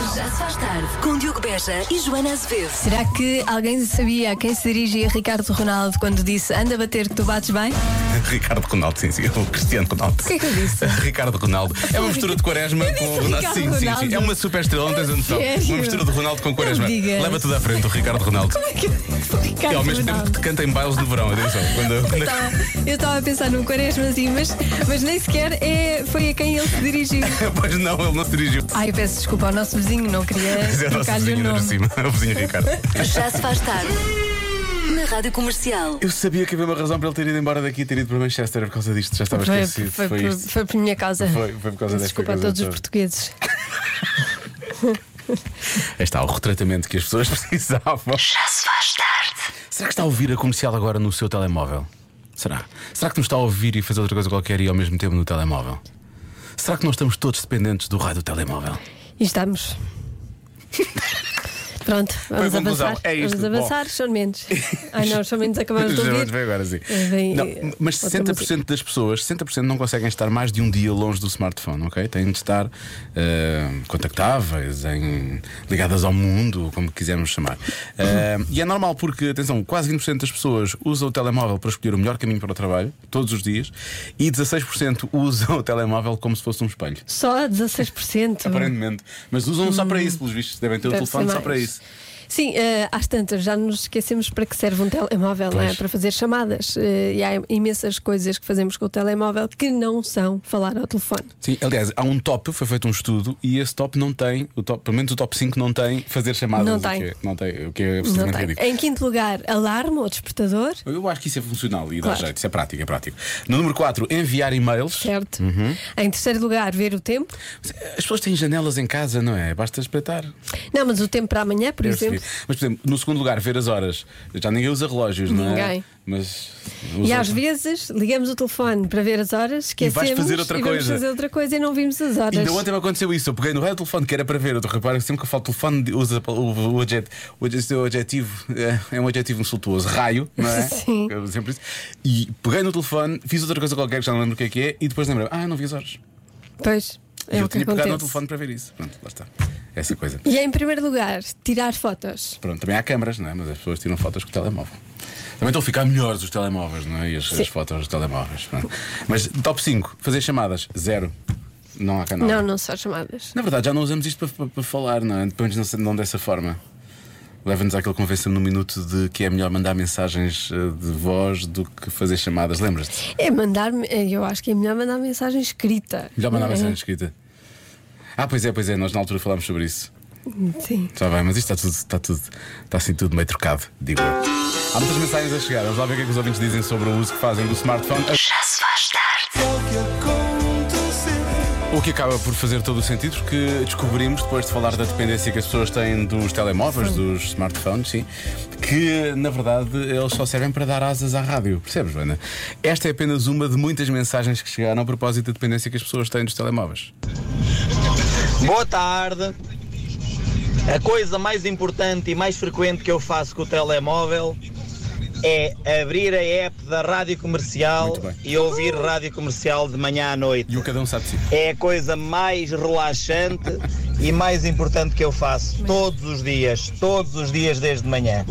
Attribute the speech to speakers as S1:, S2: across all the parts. S1: Já se faz tarde com Diogo Beja e Joana Azevedo.
S2: Será que alguém sabia a quem se dirigia Ricardo Ronaldo quando disse anda bater que tu bates bem?
S3: Ricardo Ronaldo, sim, sim. O Cristiano Ronaldo.
S2: O que é que eu disse?
S3: Ricardo Ronaldo. É uma mistura de quaresma
S2: Eu
S3: com
S2: disse
S3: o Ronaldo.
S2: Ricardo
S3: Sim, sim, sim.
S2: Ronaldo.
S3: É uma super estrela, não tens a noção.
S2: sério?
S3: Uma mistura de Ronaldo com quaresma.
S2: Não me digas.
S3: Leva tudo à frente, o Ricardo Ronaldo.
S2: Como é que eu
S3: E
S2: Ricardo
S3: ao mesmo tempo
S2: Ronaldo? Então.
S3: que canta em bailes de verão, atenção. Quando, quando-
S2: Estava- Eu estava a pensar num quaresmazinho, mas, mas nem sequer é, foi a quem ele se dirigiu.
S3: Pois não, ele não se dirigiu.
S2: Ai, eu peço desculpa ao nosso vizinho, não queria
S3: Mas é o nosso
S2: trocar-lhe o
S3: vizinho de
S2: nome.
S3: cima, o vizinho Ricardo.
S1: Já se faz tarde na Rádio Comercial.
S3: Eu sabia que havia uma razão para ele ter ido embora daqui e ter ido para Manchester por causa disto. Já estava
S2: Foi,
S3: esquecido.
S2: foi,
S3: Foi
S2: por-
S3: isto.
S2: foi por minha causa.
S3: Foi- foi por causa desta
S2: Desculpa
S3: coisa
S2: a todos os
S3: toda.
S2: portugueses.
S3: Aí está o É retratamento que as pessoas precisavam.
S1: Já se faz tarde.
S3: Será que está a ouvir a comercial agora no seu telemóvel? Será? Será que nos está a ouvir e fazer outra coisa qualquer e ao mesmo tempo no telemóvel? Será que nós estamos todos dependentes do rádio telemóvel?
S2: E estamos. Pronto, vamos
S3: Foi a conclusão,
S2: avançar.
S3: é isto.
S2: Vamos avançar, São Mendes. Ai não, São Mendes acabamos de
S3: Já vamos
S2: ouvir.
S3: ver agora, sim.
S2: É, vem,
S3: Não,
S2: eh,
S3: mas
S2: outra
S3: 60% das pessoas, 60% não conseguem estar mais de um dia longe do smartphone, ok? Têm de estar eh, contactáveis, em- ligadas ao mundo, como quisermos chamar. Eh, e é normal porque, atenção, quase 20% das pessoas usam o telemóvel para escolher o melhor caminho para o trabalho, todos os dias, e 16% usam o telemóvel como se fosse um espelho.
S2: Só 16%.
S3: Aparentemente. Mas usam só para isso, pelos vistos. Devem ter o
S2: Deve ser
S3: telefone só
S2: mais.
S3: para isso.
S2: Sim, eh, às tantas, já nos esquecemos para que serve um telemóvel, não é?
S3: Pois.
S2: Para fazer chamadas. Eh, e há imensas coisas que fazemos com o telemóvel que não são falar ao telefone.
S3: Sim, aliás, há um top, foi feito um estudo, e esse top não tem, o top, pelo menos o top 5 não tem fazer chamadas.
S2: Não
S3: o
S2: tem.
S3: que é- não tem, o que é
S2: Não
S3: absolutamente
S2: tem.
S3: ridículo.
S2: Em quinto lugar, alarme ou despertador,
S3: Eu acho que isso é funcional e
S2: Claro.
S3: dá jeito, isso é prático, é prático. No número 4, enviar e-mails.
S2: certo?
S3: Uhum.
S2: Em terceiro lugar, ver o tempo.
S3: As pessoas têm janelas em casa, não é? Basta espreitar.
S2: Não, mas o tempo para amanhã, por
S3: Eu
S2: exemplo.
S3: percebi. Mas, por exemplo, no segundo lugar, ver as horas. Já ninguém usa relógios, não é?
S2: Ninguém.
S3: Mas.
S2: E
S3: usa-
S2: às vezes ligamos o telefone para ver as horas,
S3: E
S2: esquecemos
S3: vais fazer outra
S2: e vamos
S3: coisa.
S2: fazer outra coisa e não vimos as horas.
S3: Ainda ontem me aconteceu isso. Eu peguei no raio do telefone que era para ver. Eu reparo que sempre que eu falo telefone, usa o, o, o, adjet- o adjet- o adjetivo. É, é um adjetivo insultuoso. Raio, não é?
S2: Sim.
S3: Eu sempre isso. E peguei no telefone, fiz outra coisa qualquer que já não lembro o que é que é. E depois lembrei, ah, não vi as horas.
S2: Pois,
S3: E
S2: é
S3: eu
S2: o que
S3: tinha pegado no
S2: acontece.
S3: telefone para ver isso. Pronto, lá está. Essa coisa.
S2: E em primeiro lugar, tirar fotos.
S3: Pronto, também há câmaras, não é? Mas as pessoas tiram fotos com o telemóvel. Também estão a ficar melhores os telemóveis, não é? E as, as fotos dos telemóveis. pronto. Mas top 5, fazer chamadas, zero. Não há canal.
S2: Não, não só chamadas.
S3: Na verdade, já não usamos isto para, para- para falar, não é? Pelo menos não, se- não dessa forma. Leva-nos àquele convença no minuto de que é melhor mandar mensagens eh, de voz do que fazer chamadas, lembras-te?
S2: É mandar, eu acho que é melhor mandar mensagem escrita.
S3: Melhor mandar
S2: É,
S3: mensagem escrita. Ah, pois é, pois é, nós na altura falámos sobre isso.
S2: Sim.
S3: Está Tá bem, mas isto está tudo, está tudo, está assim tudo meio trocado, digo eu. Há muitas mensagens a chegar, vamos lá ver o que é que os ouvintes dizem sobre o uso que fazem do smartphone.
S1: Já se faz tarde.
S3: O que acaba por fazer todo o sentido, porque descobrimos, depois de falar da dependência que as pessoas têm dos telemóveis, dos smartphones, sim, que na verdade eles só servem para dar asas à rádio, percebes, Joana? Esta é apenas uma de muitas mensagens que chegaram a propósito da dependência que as pessoas têm dos telemóveis.
S4: Boa tarde. A coisa mais importante e mais frequente que eu faço com o telemóvel é abrir a app da rádio comercial
S3: Muito bem.
S4: e ouvir rádio comercial de manhã à noite.
S3: E o cada um sabe de si.
S4: É a coisa mais relaxante e mais importante que eu faço todos os dias, todos os dias desde manhã.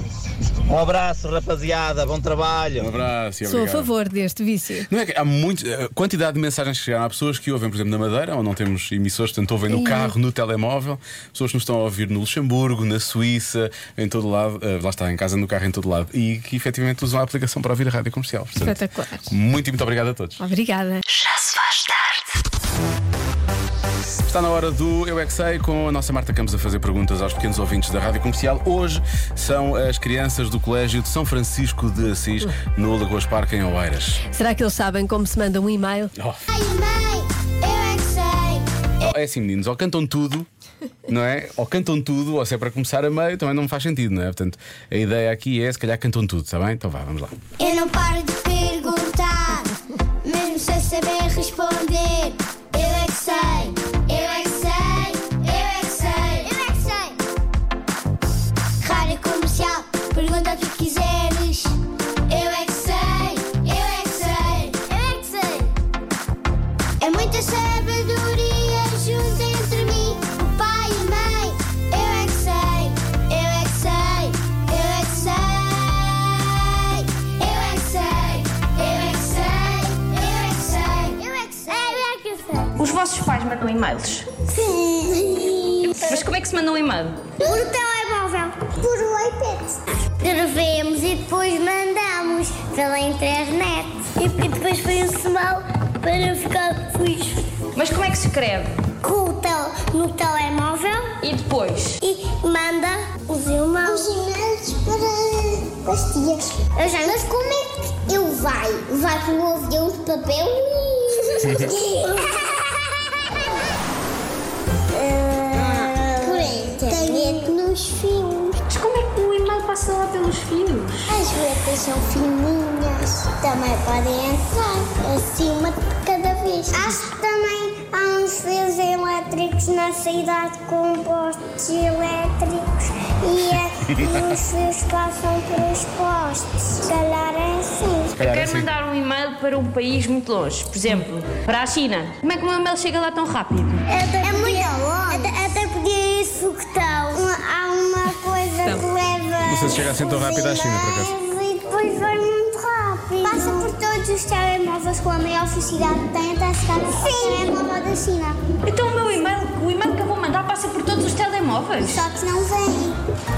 S4: Um abraço, rapaziada, bom trabalho.
S3: Um abraço e
S2: Sou a
S3: obrigado.
S2: favor deste vício.
S3: Não é que há muito, a quantidade de mensagens que chegaram. Há pessoas que ouvem, por exemplo, na Madeira, onde não temos emissores, portanto ouvem no
S2: Sim.
S3: carro, no telemóvel, pessoas que nos estão a ouvir no Luxemburgo, na Suíça, em todo lado, eh, lá está, em casa, no carro, em todo lado, e que efetivamente usam a aplicação para ouvir a rádio comercial. Portanto,
S2: Espetacular.
S3: Muito e muito obrigado a todos.
S2: Obrigada.
S1: Já se faz tarde.
S3: Está na hora do Eu é que Sei, com a nossa Marta Campos a fazer perguntas aos pequenos ouvintes da Rádio Comercial. Hoje são as crianças do Colégio de São Francisco de Assis, no Lagoas Parque, em Oeiras.
S2: Será que eles sabem como se manda um e-mail?
S3: Oh.
S5: Ai, mãe, eu é que sei.
S3: Oh, É assim, meninos, ou cantam tudo, não é? Ou cantam tudo, ou se é para começar a meio, também não faz sentido, não é? Portanto, a ideia aqui é se calhar cantam tudo, está bem? Então vá, vamos lá.
S5: Eu não paro de perguntar, mesmo sem saber responder. Eu é que sei, eu é que sei, eu é que sei, eu é que sei. Rádio comercial, pergunta o que quiseres. Eu é que sei, eu é que sei, eu é que sei. É muita sabedoria junto entre mim, o pai e a mãe. é é é
S6: pais mandam e-mails.
S5: Sim.
S6: Mas como é que se manda um e-mail?
S5: Por telemóvel. Por o iPad. Gravemos e depois mandamos pela internet. E, e depois foi o mal para ficar feliz.
S6: Mas como é que se escreve?
S5: Com o tel no telemóvel
S6: E depois?
S5: e manda os irmãos. Os irmãos para as tias. Eu já, mas como é que eu vai? Vai com o avião de papel? Ah, Tem medo nos filmes.
S6: Mas como é que o e-mail passa lá pelos fios?
S5: As letras são fininhas, também podem entrar, acima de cada vez. Acho que também há uns fios elétricos na cidade com postes elétricos e, é- e os fios passam pelos postes. Se calhar é assim.
S6: Eu quero mandar um e-mail para um país muito longe, por exemplo, para a China. Como é que o meu e-mail chega lá tão rápido?
S5: é muito longe. Até, até podia ir foguetão. Há uma coisa que leva.
S3: Não sei se chega Então, assim tão rápido à China, por acaso.
S5: E depois vai muito rápido. Passa por todos os telemóveis com a maior velocidade que tem até chegar ao telemóvel da China.
S6: Então o meu e-mail, o e-mail que eu vou mandar passa por todos os telemóveis.
S5: Só que não vem.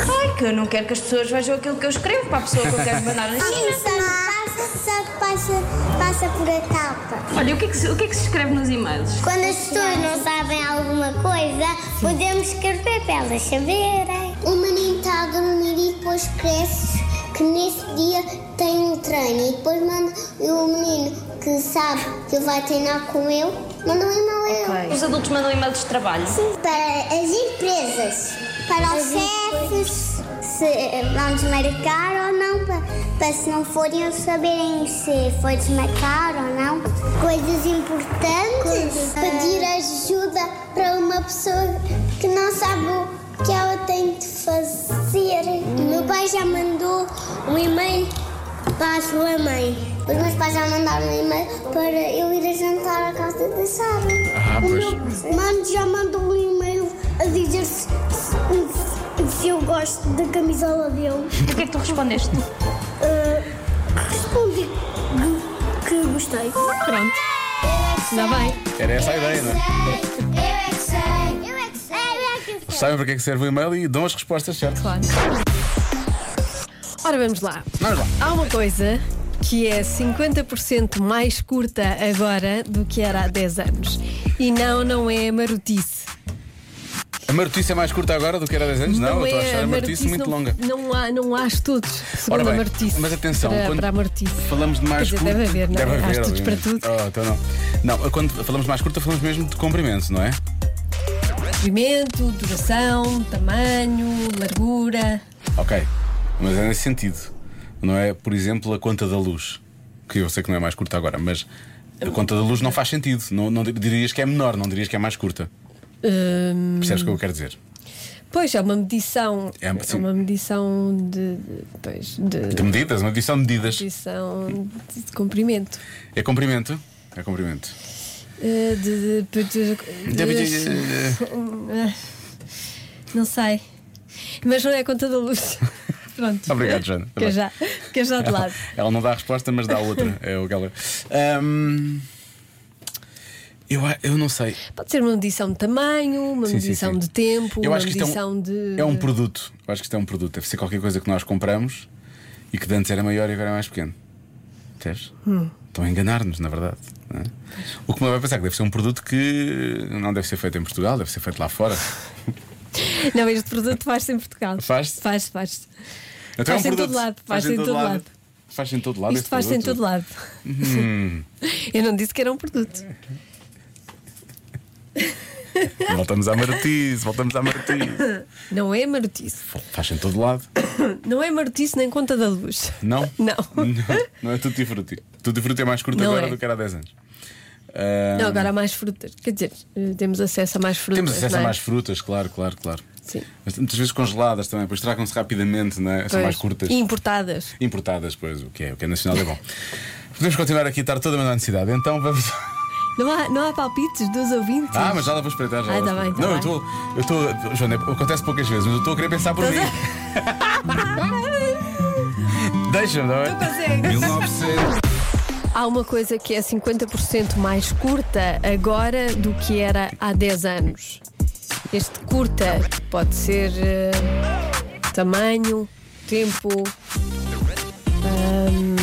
S6: Claro que eu não quero que as pessoas vejam aquilo que eu escrevo para a pessoa que eu quero mandar na China.
S5: passa, só que passa, passa por a capa.
S6: Olha, o que, é que se, o que é que se escreve nos e-mails?
S5: Quando as pessoas não sabem alguma coisa, podemos escrever para elas saberem. O menino está a dormir e depois cresce que nesse dia tem um treino. E depois manda e o menino que sabe que vai treinar com eu, manda um e-mail a ele.
S6: Os adultos mandam e-mails de trabalho.
S5: Para as empresas, para os chefes, se vão desmarcar ou não, para, para se não forem eles saberem se foi desmarcar ou não. Coisas importantes, pedir ajuda para uma pessoa que não sabe o que ela tem de fazer. O meu pai já mandou um e-mail para a sua mãe. Os meus pais já mandaram um e-mail para eu ir a jantar à casa da Sara.
S3: Ah,
S5: o
S3: pois.
S5: meu mano já mandou um e-mail a dizer se, se- se eu gosto da camisola dele.
S6: O que é que tu respondeste?
S5: Ah, respondi que, que gostei.
S6: Tá
S2: Pronto, já vai.
S3: Era essa a ideia, não é?
S5: Eu é que sei, eu é que sei.
S3: Sabem para que é que serve o e-mail e dão as respostas certas.
S2: Claro. Ora, vamos lá.
S3: Vamos lá.
S2: Há uma coisa que é 50% mais curta agora do que era há 10 anos. E não, não é marotice.
S3: A martice é mais curta agora do que era há 10 anos? Não, eu estou a
S2: é
S3: achar a martice muito
S2: não,
S3: longa.
S2: Não há, não há estudos segundo
S3: Ora bem,
S2: a martice.
S3: mas atenção,
S2: para,
S3: quando
S2: para a martice.
S3: Falamos de mais
S2: Quer dizer,
S3: curta.
S2: deve haver, não é?
S3: Deve
S2: Há
S3: haver,
S2: estudos para
S3: obviamente.
S2: tudo.
S3: Oh, então não. Não, quando falamos de mais curta, falamos mesmo de comprimento, não é?
S2: Comprimento, duração, tamanho, largura.
S3: Ok. Mas é nesse sentido. Não é, por exemplo, a conta da luz. Que eu sei que não é mais curta agora, mas a conta da luz não faz sentido. Não, não dirias que é menor, não dirias que é mais curta.
S2: Hum,
S3: Percebes o que eu quero dizer?
S2: pois, é uma medição.
S3: É, sim.
S2: uma medição de. de- Pois, de.
S3: De medidas, uma medição de medidas.
S2: Medição de, de comprimento.
S3: É comprimento? É comprimento.
S2: Eh, de- de- de- de- Não sei. Mas não é a conta da luz. Pronto.
S3: Obrigado, Joana.
S2: Que eu já, que eu já de lado.
S3: Ela não dá a resposta, mas dá outra. É o que ela. Ahm, eu, a- eu não sei.
S2: Pode ser uma medição de tamanho, uma
S3: Sim, sim,
S2: medição
S3: sim.
S2: de tempo,
S3: Eu
S2: uma
S3: acho que isto é
S2: medição
S3: um,
S2: de.
S3: é um produto. Eu acho que isto é um produto. Deve ser qualquer coisa que nós compramos e que de antes era maior e agora é mais pequeno. Percebes?
S2: Hum.
S3: Estão a enganar-nos, na verdade. não é? O que me leva a pensar que deve ser um produto que não deve ser feito em Portugal, deve ser feito lá fora.
S2: Não, este produto faz-se em Portugal.
S3: Faz-se?
S2: Faz, faz.
S3: Então é um
S2: Faz em todo
S3: produto.
S2: lado, faz em todo lado.
S3: Faz em todo lado.
S2: Isto
S3: este
S2: faz-se em
S3: produto?
S2: todo lado.
S3: Hum.
S2: Eu não disse que era um produto.
S3: Voltamos à Martiz, voltamos à Martiz.
S2: Não é marotice.
S3: faz em todo lado.
S2: Não é marotice nem conta da luz.
S3: Não?
S2: Não.
S3: Não é tudo frutti. Tudo frutti é mais curto
S2: Não
S3: agora
S2: é.
S3: do que era há 10 anos. Ah,
S2: Não, agora há mais frutas. Quer dizer, eh, temos acesso a mais frutas.
S3: Temos acesso
S2: não
S3: a
S2: é?
S3: mais frutas, claro, claro, claro.
S2: Sim.
S3: Mas muitas vezes congeladas também, pois tragam-se rapidamente, não é? São
S2: Pois.
S3: mais curtas.
S2: E Importadas.
S3: Importadas, pois, o que é, o que é nacional é bom. Podemos continuar aqui a estar toda a necessidade, então vamos.
S2: Não há, não há palpites dos ouvintes.
S3: Ah, mas já lá vou espreitar. Já
S2: Ah,
S3: lá
S2: tá
S3: vou
S2: bem, tá
S3: espreitar.
S2: bem.
S3: não, eu estou. Eu estou. Joana, acontece poucas vezes, mas eu estou a querer pensar por mim. Deixa-me, não é?
S2: Consegue.
S3: 1900.
S2: Há uma coisa que é 50% mais curta agora do que era há 10 anos. Este curta pode ser eh, tamanho, tempo, ahm,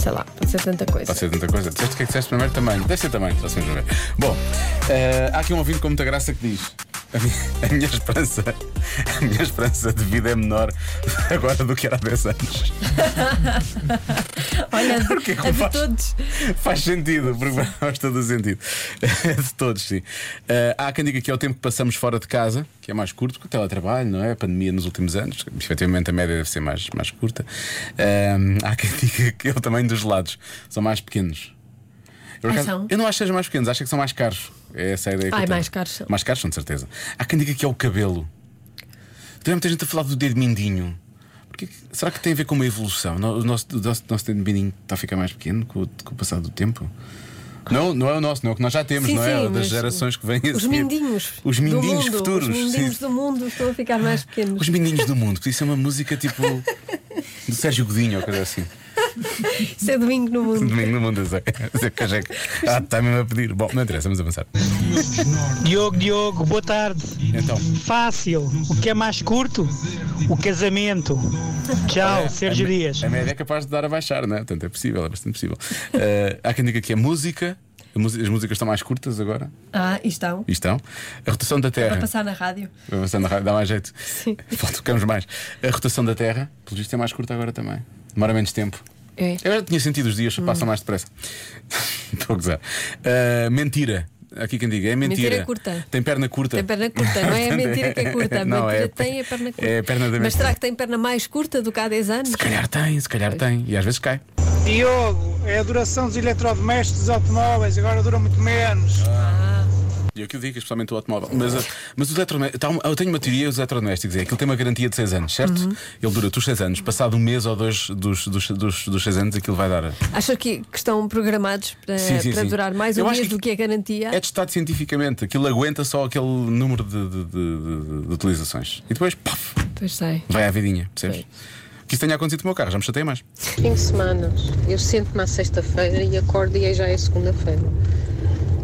S2: sei lá, pode ser tanta coisa.
S3: Pode ser tanta coisa. Disseste o que é que disseste primeiro tamanho. Deve ser tamanho, só se nos ver. Bom, eh, há aqui um ouvinte com muita graça que diz. A minha, a minha esperança A minha esperança de vida é menor Agora do que era há 10 anos
S2: Olha,
S3: Porquê que
S2: a de
S3: faz?
S2: todos.
S3: Faz sentido, porque faz todo o sentido De todos, sim Eh, Há quem diga que é o tempo que passamos fora de casa Que é mais curto, porque o teletrabalho, não é? A pandemia nos últimos anos Efetivamente a média deve ser mais, mais curta Eh, Há quem diga que é o tamanho dos lados São mais pequenos Eu, por
S2: Ah,
S3: acaso,
S2: são?
S3: eu não acho que sejam mais pequenos, acho que são mais caros É essa a ideia que
S2: Ai,
S3: eu tenho.
S2: mais caros são.
S3: Mais caros são, de certeza Há quem diga que é o cabelo Tem muita gente a falar do dedo mindinho Porquê que- Será que tem a ver com uma evolução? No- O nosso, o nosso, nosso dedo mindinho está a ficar mais pequeno com, o- com o passar do tempo? Não, não é o nosso, não é o que nós já temos,
S2: Sim,
S3: não é?
S2: sim,
S3: O das
S2: mas
S3: gerações que vêm a
S2: Os
S3: seguir.
S2: mindinhos.
S3: Os mindinhos
S2: do mundo,
S3: futuros.
S2: Os mindinhos
S3: sim.
S2: do mundo estão a ficar mais pequenos.
S3: Os mindinhos do mundo. Podia ser uma música tipo do Sérgio Godinho ou coisa assim.
S2: Isso é domingo no mundo.
S3: Domingo no mundo, Zé. Zé Cajeca. Ah, está mesmo a pedir. Bom, não interessa, vamos avançar.
S7: Diogo, Diogo, boa tarde.
S3: Então,
S7: Fácil. O que é mais curto? O casamento. Tchau, Sérgio
S3: a, me-
S7: Dias.
S3: A média é capaz de dar a baixar, não é? Portanto, é possível, é bastante possível. Eh, há quem diga que é música. A música- As músicas estão mais curtas agora.
S8: Ah, e estão.
S3: E estão. A rotação da Terra.
S8: Para passar na rádio.
S3: Vai avançando na rádio, dá mais jeito. Sim. Tocamos mais. A rotação da Terra, pelo visto, é mais curta agora também. Demora menos tempo.
S2: É. Hum.
S3: Eu já tinha sentido os dias, passam mais depressa. Estou a gozar. Ah, mentira. Há Aqui quem diga, é mentira.
S2: Mentira curta.
S3: Tem perna curta.
S2: Tem perna curta, não é a mentira que é curta. A
S3: Não,
S2: mentira
S3: é-
S2: tem a perna curta.
S3: é a perna da mentira.
S2: Mas será que tem perna mais curta do que há 10 anos?
S3: Se calhar tem, se calhar tem. E às vezes cai.
S7: Diogo, é a duração dos eletrodomésticos dos automóveis, agora dura muito menos.
S3: E eu que eu digo, especialmente o automóvel. Mas, ah, mas os eletrodomésticos. tá um- Eu tenho uma teoria dos eletrodomésticos. É aquilo tem uma garantia de 6 anos, certo?
S2: Uhum.
S3: Ele dura-te os 6 anos. Passado um mês ou dois dos 6 dos, dos, dos seis anos, aquilo vai dar.
S2: Achas que, que estão programados para,
S3: Sim, sim,
S2: para
S3: sim.
S2: durar mais
S3: Eu
S2: um
S3: acho
S2: mês
S3: que-
S2: do que a garantia?
S3: É testado cientificamente. Aquilo aguenta só aquele número de, de- de- de- de utilizações. E depois, paf,
S2: Pois sei.
S3: vai à vidinha, percebes? Que isso tenha acontecido com o meu carro, já me chatei mais.
S9: Fim de semana. Eu sento-me à sexta-feira e acordo e aí já é segunda-feira.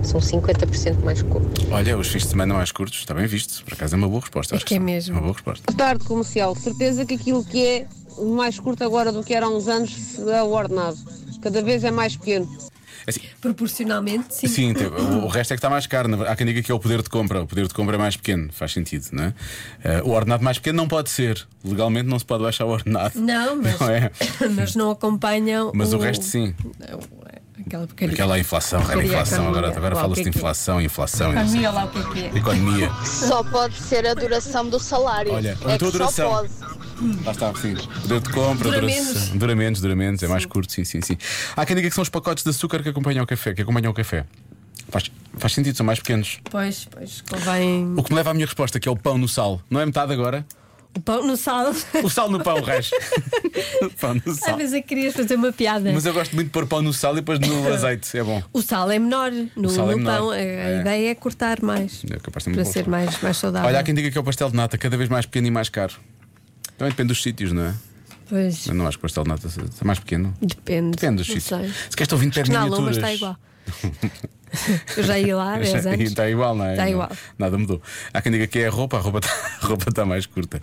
S9: São 50% mais curto.
S3: Olha, os fins de semana mais curtos, está bem visto. Por acaso é uma boa resposta.
S2: É
S3: acho
S2: que é
S3: sim.
S2: mesmo.
S3: uma boa resposta.
S10: Boa tarde, comercial. Certeza que aquilo que é mais curto agora do que era há uns anos é o ordenado. Cada vez é mais pequeno.
S3: Assim,
S2: Proporcionalmente, sim.
S3: Sim, tem- o o resto é que está mais caro. na verdade. Há quem diga que é o poder de compra. O poder de compra é mais pequeno, faz sentido, não é? Eh, o ordenado mais pequeno não pode ser. Legalmente não se pode baixar o ordenado.
S2: Não, mas,
S3: Não é?
S2: mas não acompanham.
S3: Mas o resto sim.
S2: Não, é Aquela porcaria.
S3: Aquela inflação, a
S2: Porcaria,
S3: inflação. Agora,
S2: economia.
S3: agora
S2: Lá, o
S3: fala-se
S2: que
S3: de
S2: é que é?
S3: inflação, inflação, e não sei.
S8: Mira lá o que é que é.
S3: economia.
S11: Só pode ser a duração do salário.
S3: Olha,
S11: é
S3: então a
S11: que só
S3: duração.
S11: pode.
S3: Lá está, sim. Poder de compra,
S2: Dura
S3: duração-
S2: menos.
S3: dura menos, dura menos, é mais curto, sim, sim, sim. Há quem diga que são os pacotes de açúcar que acompanham o café, que acompanham o café. Faz, faz sentido, são mais pequenos.
S8: Pois, pois. com-
S2: Convém.
S3: O que me leva à minha resposta, que é o pão no sal. Não é metade agora?
S2: O pão no sal.
S3: O sal no pão, o resto. O pão no
S2: Às
S3: sal.
S2: vezes é que querias fazer uma piada.
S3: Mas eu gosto muito de pôr pão no sal e depois no azeite. É bom.
S2: O sal é menor no,
S3: sal é
S2: no
S3: menor.
S2: pão. A, a
S3: É.
S2: ideia é cortar mais.
S3: É capaz de ser muito
S2: para
S3: bom.
S2: ser mais, mais saudável.
S3: Olha, há quem diga que é o pastel de nata, cada vez mais pequeno e mais caro. Também depende dos sítios, não é?
S2: Pois,
S3: Eu não acho que o pastel de nata seja mais pequeno.
S2: depende.
S3: Depende dos
S2: Não
S3: sítios.
S2: sei.
S3: Se queres ouvir pede
S2: Na Lomba
S3: miniaturas.
S2: está igual. Eu já ia lá há 10
S3: Já-
S2: anos.
S3: Está igual, não é?
S2: Está Tá igual.
S3: Nada mudou. Há quem diga que é a roupa, a roupa está, a roupa está mais curta.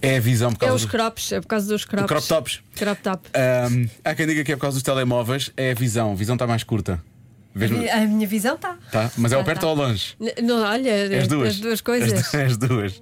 S3: É a visão por
S2: É
S3: causa
S2: os
S3: dos-
S2: crops, é por causa dos crops.
S3: crop tops.
S2: Crop top.
S3: Ahm, há quem diga que é por causa dos telemóveis, é a visão. A visão está mais curta. Vês-me-
S2: É.
S8: A minha visão está.
S3: Tá? Mas é
S8: Ah,
S3: ao perto
S8: tá.
S3: ou ao longe?
S2: N- Não, olha, é
S3: As duas.
S2: coisas.
S3: As, du- as duas.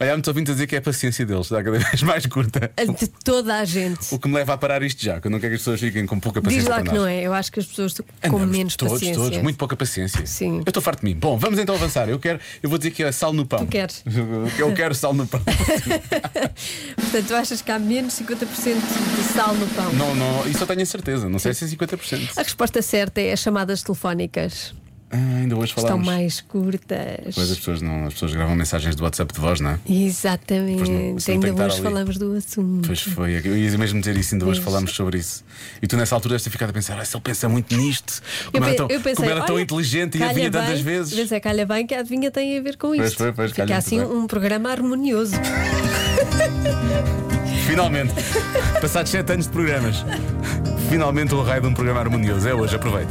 S3: Olha, há muitos ouvintes a dizer que é a paciência deles, está cada vez mais curta.
S2: A De toda a gente.
S3: O que me leva a parar isto já, que eu não quero que as pessoas fiquem com pouca paciência.
S2: Diz lá
S3: para
S2: que
S3: nós.
S2: não é. Eu acho que as pessoas com
S3: Andamos
S2: menos
S3: todos,
S2: paciência.
S3: todos, muito pouca paciência.
S2: Sim.
S3: Eu estou farto de mim. Bom, vamos então avançar. Eu quero, eu vou dizer que é sal no pão.
S2: Tu queres?
S3: Eu quero sal no pão.
S2: Portanto, tu achas que há menos 50% de sal no pão?
S3: não, não, isso eu tenho a certeza. Não sei se é 50%.
S2: A resposta certa é as chamadas telefónicas.
S3: Ah, ainda hoje
S2: Estão
S3: falámos.
S2: mais curtas.
S3: Mas as pessoas não, as pessoas gravam mensagens do WhatsApp de voz, não é? Pois
S2: Exatamente.
S3: não, isso não tem que
S2: Ainda
S3: estar
S2: hoje
S3: ali.
S2: falamos do assunto.
S3: Pois foi, eu ia mesmo dizer isso, ainda hoje falámos sobre isso. E tu nessa altura deves ter ficado a pensar, ah, se ele pensa muito nisto, como
S2: pe-
S3: era tão, como era tão
S2: olha,
S3: inteligente e
S2: calha
S3: havia tantas
S2: bem,
S3: vezes.
S2: Vês, é, calha bem que a adivinha tem a ver com
S3: Pois
S2: isto.
S3: foi, pois,
S2: Fica
S3: calha
S2: assim
S3: muito bem.
S2: um programa harmonioso. é.
S3: Finalmente, passados sete anos de programas, finalmente o raio de um programa harmonioso. É hoje, aproveito.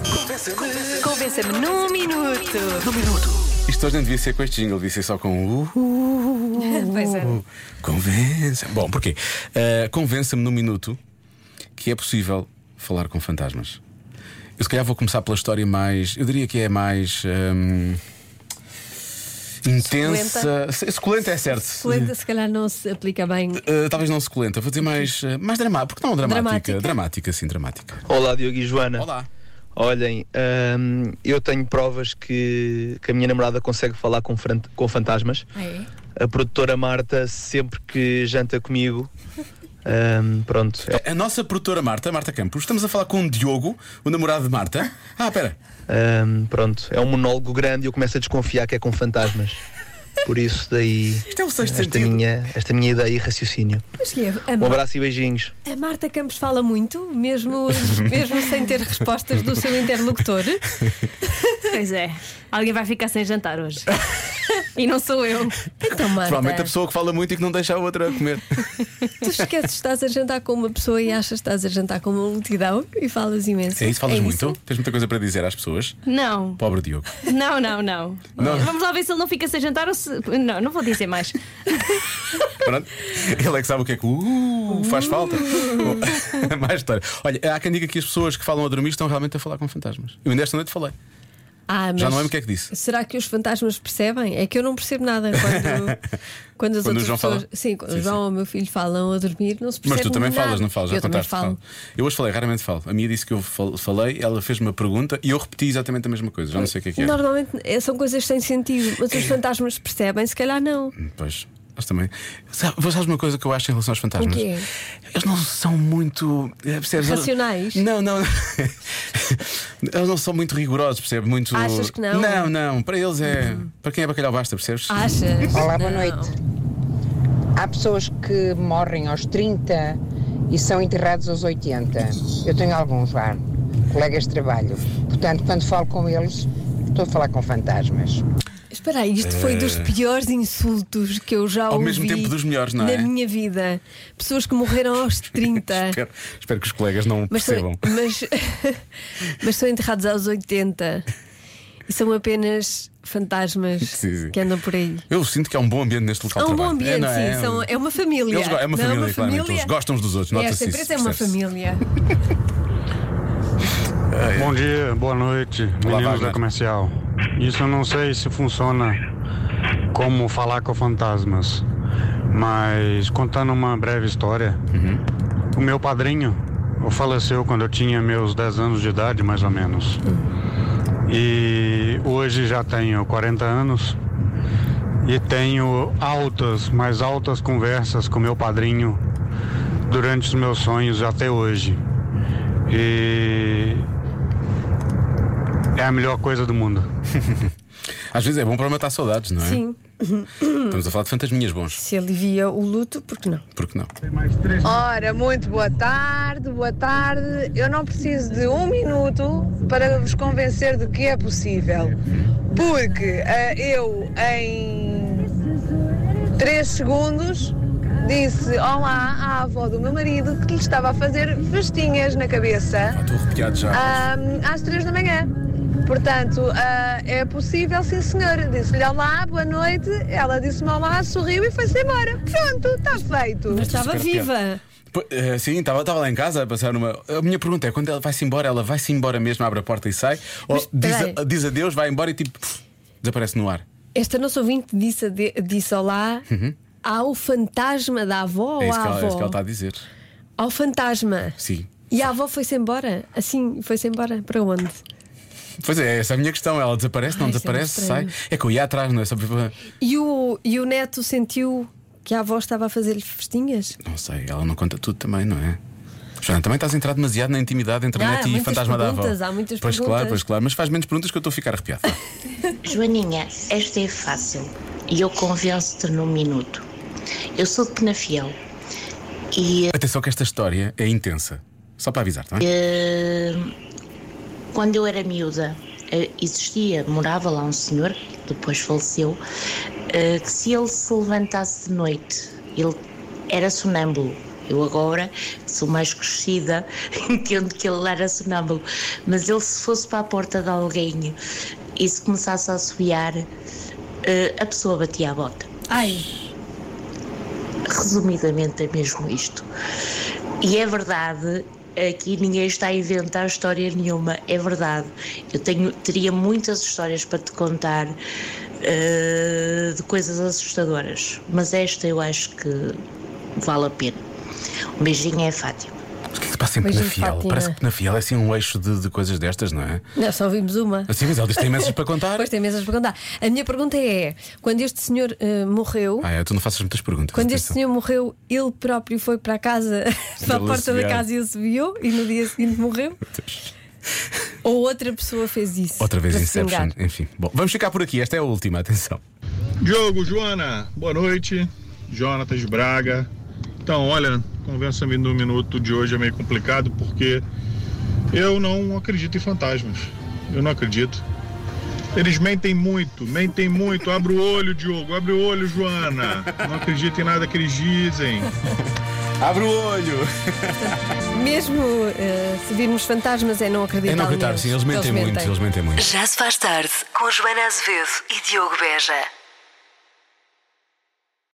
S1: Convença-me num minuto. Num minuto.
S3: Isto hoje não devia ser com este jingle, devia ser só com "Uh, o.
S1: Pois é.
S3: uh, Convença-me. Bom, porquê? Ah, Convença-me num minuto que é possível falar com fantasmas. Eu se calhar vou começar pela história mais. Eu diria que é mais. hum, intensa. Se- Suculenta é certo.
S2: Suculenta, se calhar, não se aplica bem.
S3: Ah, talvez não suculenta, vou dizer mais, ah, mais dramática. Porque não dramática?
S2: Dramática.
S3: dramática sim, dramática.
S12: Olá, Diogo e Joana. Olá. Olhem, hum, eu tenho provas que, que a minha namorada consegue falar com, fran- com fantasmas.
S1: Ah, é?
S12: A produtora Marta, sempre que janta comigo. hum, pronto.
S3: A nossa produtora Marta, Marta Campos, estamos a falar com o Diogo, o namorado de Marta. Ah, pera.
S12: Hum, pronto, é um monólogo grande e eu começo a desconfiar que é com fantasmas. Por isso, daí.
S2: Isto é o sexto
S12: esta
S2: sentido.
S12: minha, esta minha ideia e raciocínio.
S2: Mas que é, a,
S12: Um
S2: Mar-
S12: abraço e beijinhos.
S2: a Marta Campos fala muito, mesmo, mesmo sem ter respostas do seu interlocutor.
S6: Pois é. Alguém vai ficar sem jantar hoje. e não sou eu.
S2: Então, Marta,
S3: Provavelmente a pessoa que fala muito e que não deixa a outra comer.
S2: tu esqueces que estás a jantar com uma pessoa e achas que estás a jantar com uma multidão e falas imenso.
S3: É isso, falas
S2: É
S3: muito? Tens muita coisa para dizer às pessoas?
S6: Não.
S3: Pobre Diogo.
S6: Não, não, não,
S3: Não.
S6: Vamos lá ver se ele não fica sem jantar ou se. Não, não vou dizer mais.
S3: Pronto. Ele é que sabe o que é que uh, faz falta.
S2: Uh.
S3: Bom, Mais história. Olha, há quem diga que as pessoas que falam a dormir estão realmente a falar com fantasmas. Eu ainda esta noite falei.
S2: Ah, mas
S3: Já não lembro o que é que disse.
S2: Será que os fantasmas percebem? É que eu não percebo nada quando, quando as
S3: Quando o
S2: outras
S3: João
S2: pessoas.
S3: fala?
S2: Sim, quando
S3: Sim,
S2: o João ou o meu filho falam a dormir, não se
S3: Mas
S2: percebe.
S3: tu também
S2: nada.
S3: falas, não falas? Já
S2: é eu também
S3: contaste?
S2: falo.
S3: Fala. Eu hoje falei, raramente falo. A minha disse que eu fal- falei, ela fez uma pergunta e eu repeti exatamente a mesma coisa. Já não sei o que é que é.
S2: Normalmente é, são coisas sem sentido, mas os fantasmas percebem, se calhar não.
S3: Pois, nós também. Sabe, vou sabes uma coisa que eu acho em relação aos
S2: O
S3: fantasmas?
S2: quê?
S3: Eles não são muito. eh, Percebes?
S2: Racionais?
S3: Não, não. Eles não são muito rigorosos, percebe? Muito...
S2: Achas que não? Ah,
S3: Não, não. Para eles é. Para quem é bacalhau basta, percebes?
S2: Achas?
S9: Olá, boa noite. Há pessoas que morrem aos 30 e são enterrados aos 80. Eu tenho alguns lá, colegas de trabalho. Portanto, quando falo com eles, estou a falar com fantasmas.
S2: Espera aí, isto foi dos
S9: Eh.
S2: piores insultos que eu já
S3: É. Ao
S2: ouvi.
S3: mesmo tempo dos melhores, não é?
S2: Na minha vida. Pessoas que morreram aos 30.
S3: Espero, espero que os colegas não
S2: tá. Mas
S3: percebam.
S2: são, mas, mas são enterrados aos 80 e são apenas fantasmas
S3: Sim, sim.
S2: que andam por aí.
S3: Eu sinto que é um bom ambiente neste local
S2: É um
S3: de
S2: bom
S3: trabalho.
S2: ambiente,
S3: não um-
S2: sim. são- é uma família.
S3: Eles go- é uma
S2: Não,
S3: família, claramente. Eles gostam uns dos outros, nota-se
S2: Esta
S3: isso,
S2: empresa é uma
S3: percebe-se.
S2: família.
S13: Bom dia, boa noite, meninos da comercial. Isso eu não sei se funciona como falar com fantasmas, mas contando uma breve história, o meu padrinho faleceu quando eu tinha meus 10 anos de idade, mais ou menos. E hoje já tenho 40 anos e tenho altas, mais altas conversas com meu padrinho durante os meus sonhos até hoje. E é a melhor coisa do mundo.
S3: Às vezes é bom para matar saudades, não é?
S2: Sim.
S3: Estamos a falar de fantasminhas bons.
S2: Se alivia o luto, porque não?
S3: Porque não?
S14: Ora, muito boa tarde, boa tarde. Eu não preciso de um minuto para vos convencer de que é possível. Porque ah, eu, em 3 segundos, disse olá à avó do meu marido que lhe estava a fazer vestinhas na cabeça
S3: Arrepiado
S14: ah, às 3 da manhã. Portanto, ah, é possível, sim senhor. Disse-lhe olá, boa noite. Ela disse-me olá, sorriu e foi-se embora. Pronto, está feito.
S2: Mas estava viva.
S3: Pô, eh, sim, estava estava lá em casa a passar numa. A minha pergunta é: quando ela vai-se embora, ela vai-se embora mesmo, abre a porta e sai? Ou diz,
S2: peraí.
S3: a- diz adeus, vai embora e tipo. pff, desaparece no ar?
S2: Esta nossa ouvinte disse, ade- disse olá
S3: Uhum.
S2: ao fantasma da avó
S3: é,
S2: ou
S3: isso
S2: à
S3: que ela, é isso que
S2: avó?
S3: ela está a dizer.
S2: Ao fantasma.
S3: Sim.
S2: E a avó foi-se embora? Assim, foi-se embora? Para onde?
S3: Pois é, essa é a minha questão. Ela desaparece, não
S2: Ai, isso é muito
S3: desaparece, sai. É que eu ia atrás, não é? Só para-
S2: E o, e o neto sentiu que a avó estava a fazer-lhe festinhas?
S3: Não sei, ela não conta tudo também, não é? Joana, também estás a entrar demasiado na intimidade entre
S2: Ah,
S3: a
S2: há
S3: net e
S2: muitas
S3: fantasma da avó.
S2: perguntas, há muitas
S3: pois claro,
S2: perguntas.
S3: pois claro, mas faz menos perguntas que eu estou a ficar arrepiado.
S15: Joaninha, esta é fácil e eu convenço-te num minuto. Eu sou de Penafiel e
S3: Atenção que esta história é intensa. Só para avisar, tá bem?
S15: eh, quando eu era miúda eh, existia, morava lá um senhor, que depois faleceu, eh, que se ele se levantasse de noite, ele era sonâmbulo Eu agora que sou mais crescida, entendo que ele era sonâmbulo, mas ele se fosse para a porta de alguém e se começasse a assobiar, eh, a pessoa batia a bota.
S16: Ai.
S15: Resumidamente é mesmo isto. E é verdade, aqui ninguém está a inventar história nenhuma, é verdade. Eu tenho, teria muitas histórias para te contar eh, de coisas assustadoras, mas esta eu acho que vale a pena. Um beijinho é Fátima.
S3: Mas o que é que se passa em
S2: Beijinho,
S3: Penafiel?
S2: Fátima.
S3: Parece que Penafiel é assim um eixo de, de coisas destas, não é?
S2: Não, só ouvimos uma.
S3: Assim, mas ela diz que tem imensas para contar.
S2: Pois tem imensas para contar. A minha pergunta é: quando este senhor eh, morreu,
S3: Ah, é, tu não faças muitas perguntas.
S2: quando este senhor morreu, ele próprio foi para a casa, para a
S3: Ele
S2: porta da
S3: assobiar.
S2: casa e assobiou e no dia seguinte morreu? Ou outra pessoa fez isso?
S3: Outra vez é
S2: para se
S3: Inception,
S2: vingar?
S3: enfim. Bom, vamos ficar por aqui, esta é a última, atenção.
S13: Diogo, Joana, boa noite. Jonatas Braga. Então, olha, convença-me no minuto de hoje é meio complicado porque eu não acredito em fantasmas. Eu não acredito. Eles mentem muito, mentem muito. Abre o olho, Diogo, abre o olho, Joana. Não acredito em nada que eles dizem.
S3: Abre o olho.
S2: Mesmo eh, se virmos fantasmas, é não acreditar.
S3: É não acreditar,
S2: neles.
S3: sim, eles mentem muito, eles mentem muito.
S1: Já se faz tarde com Joana Azevedo e Diogo Beja.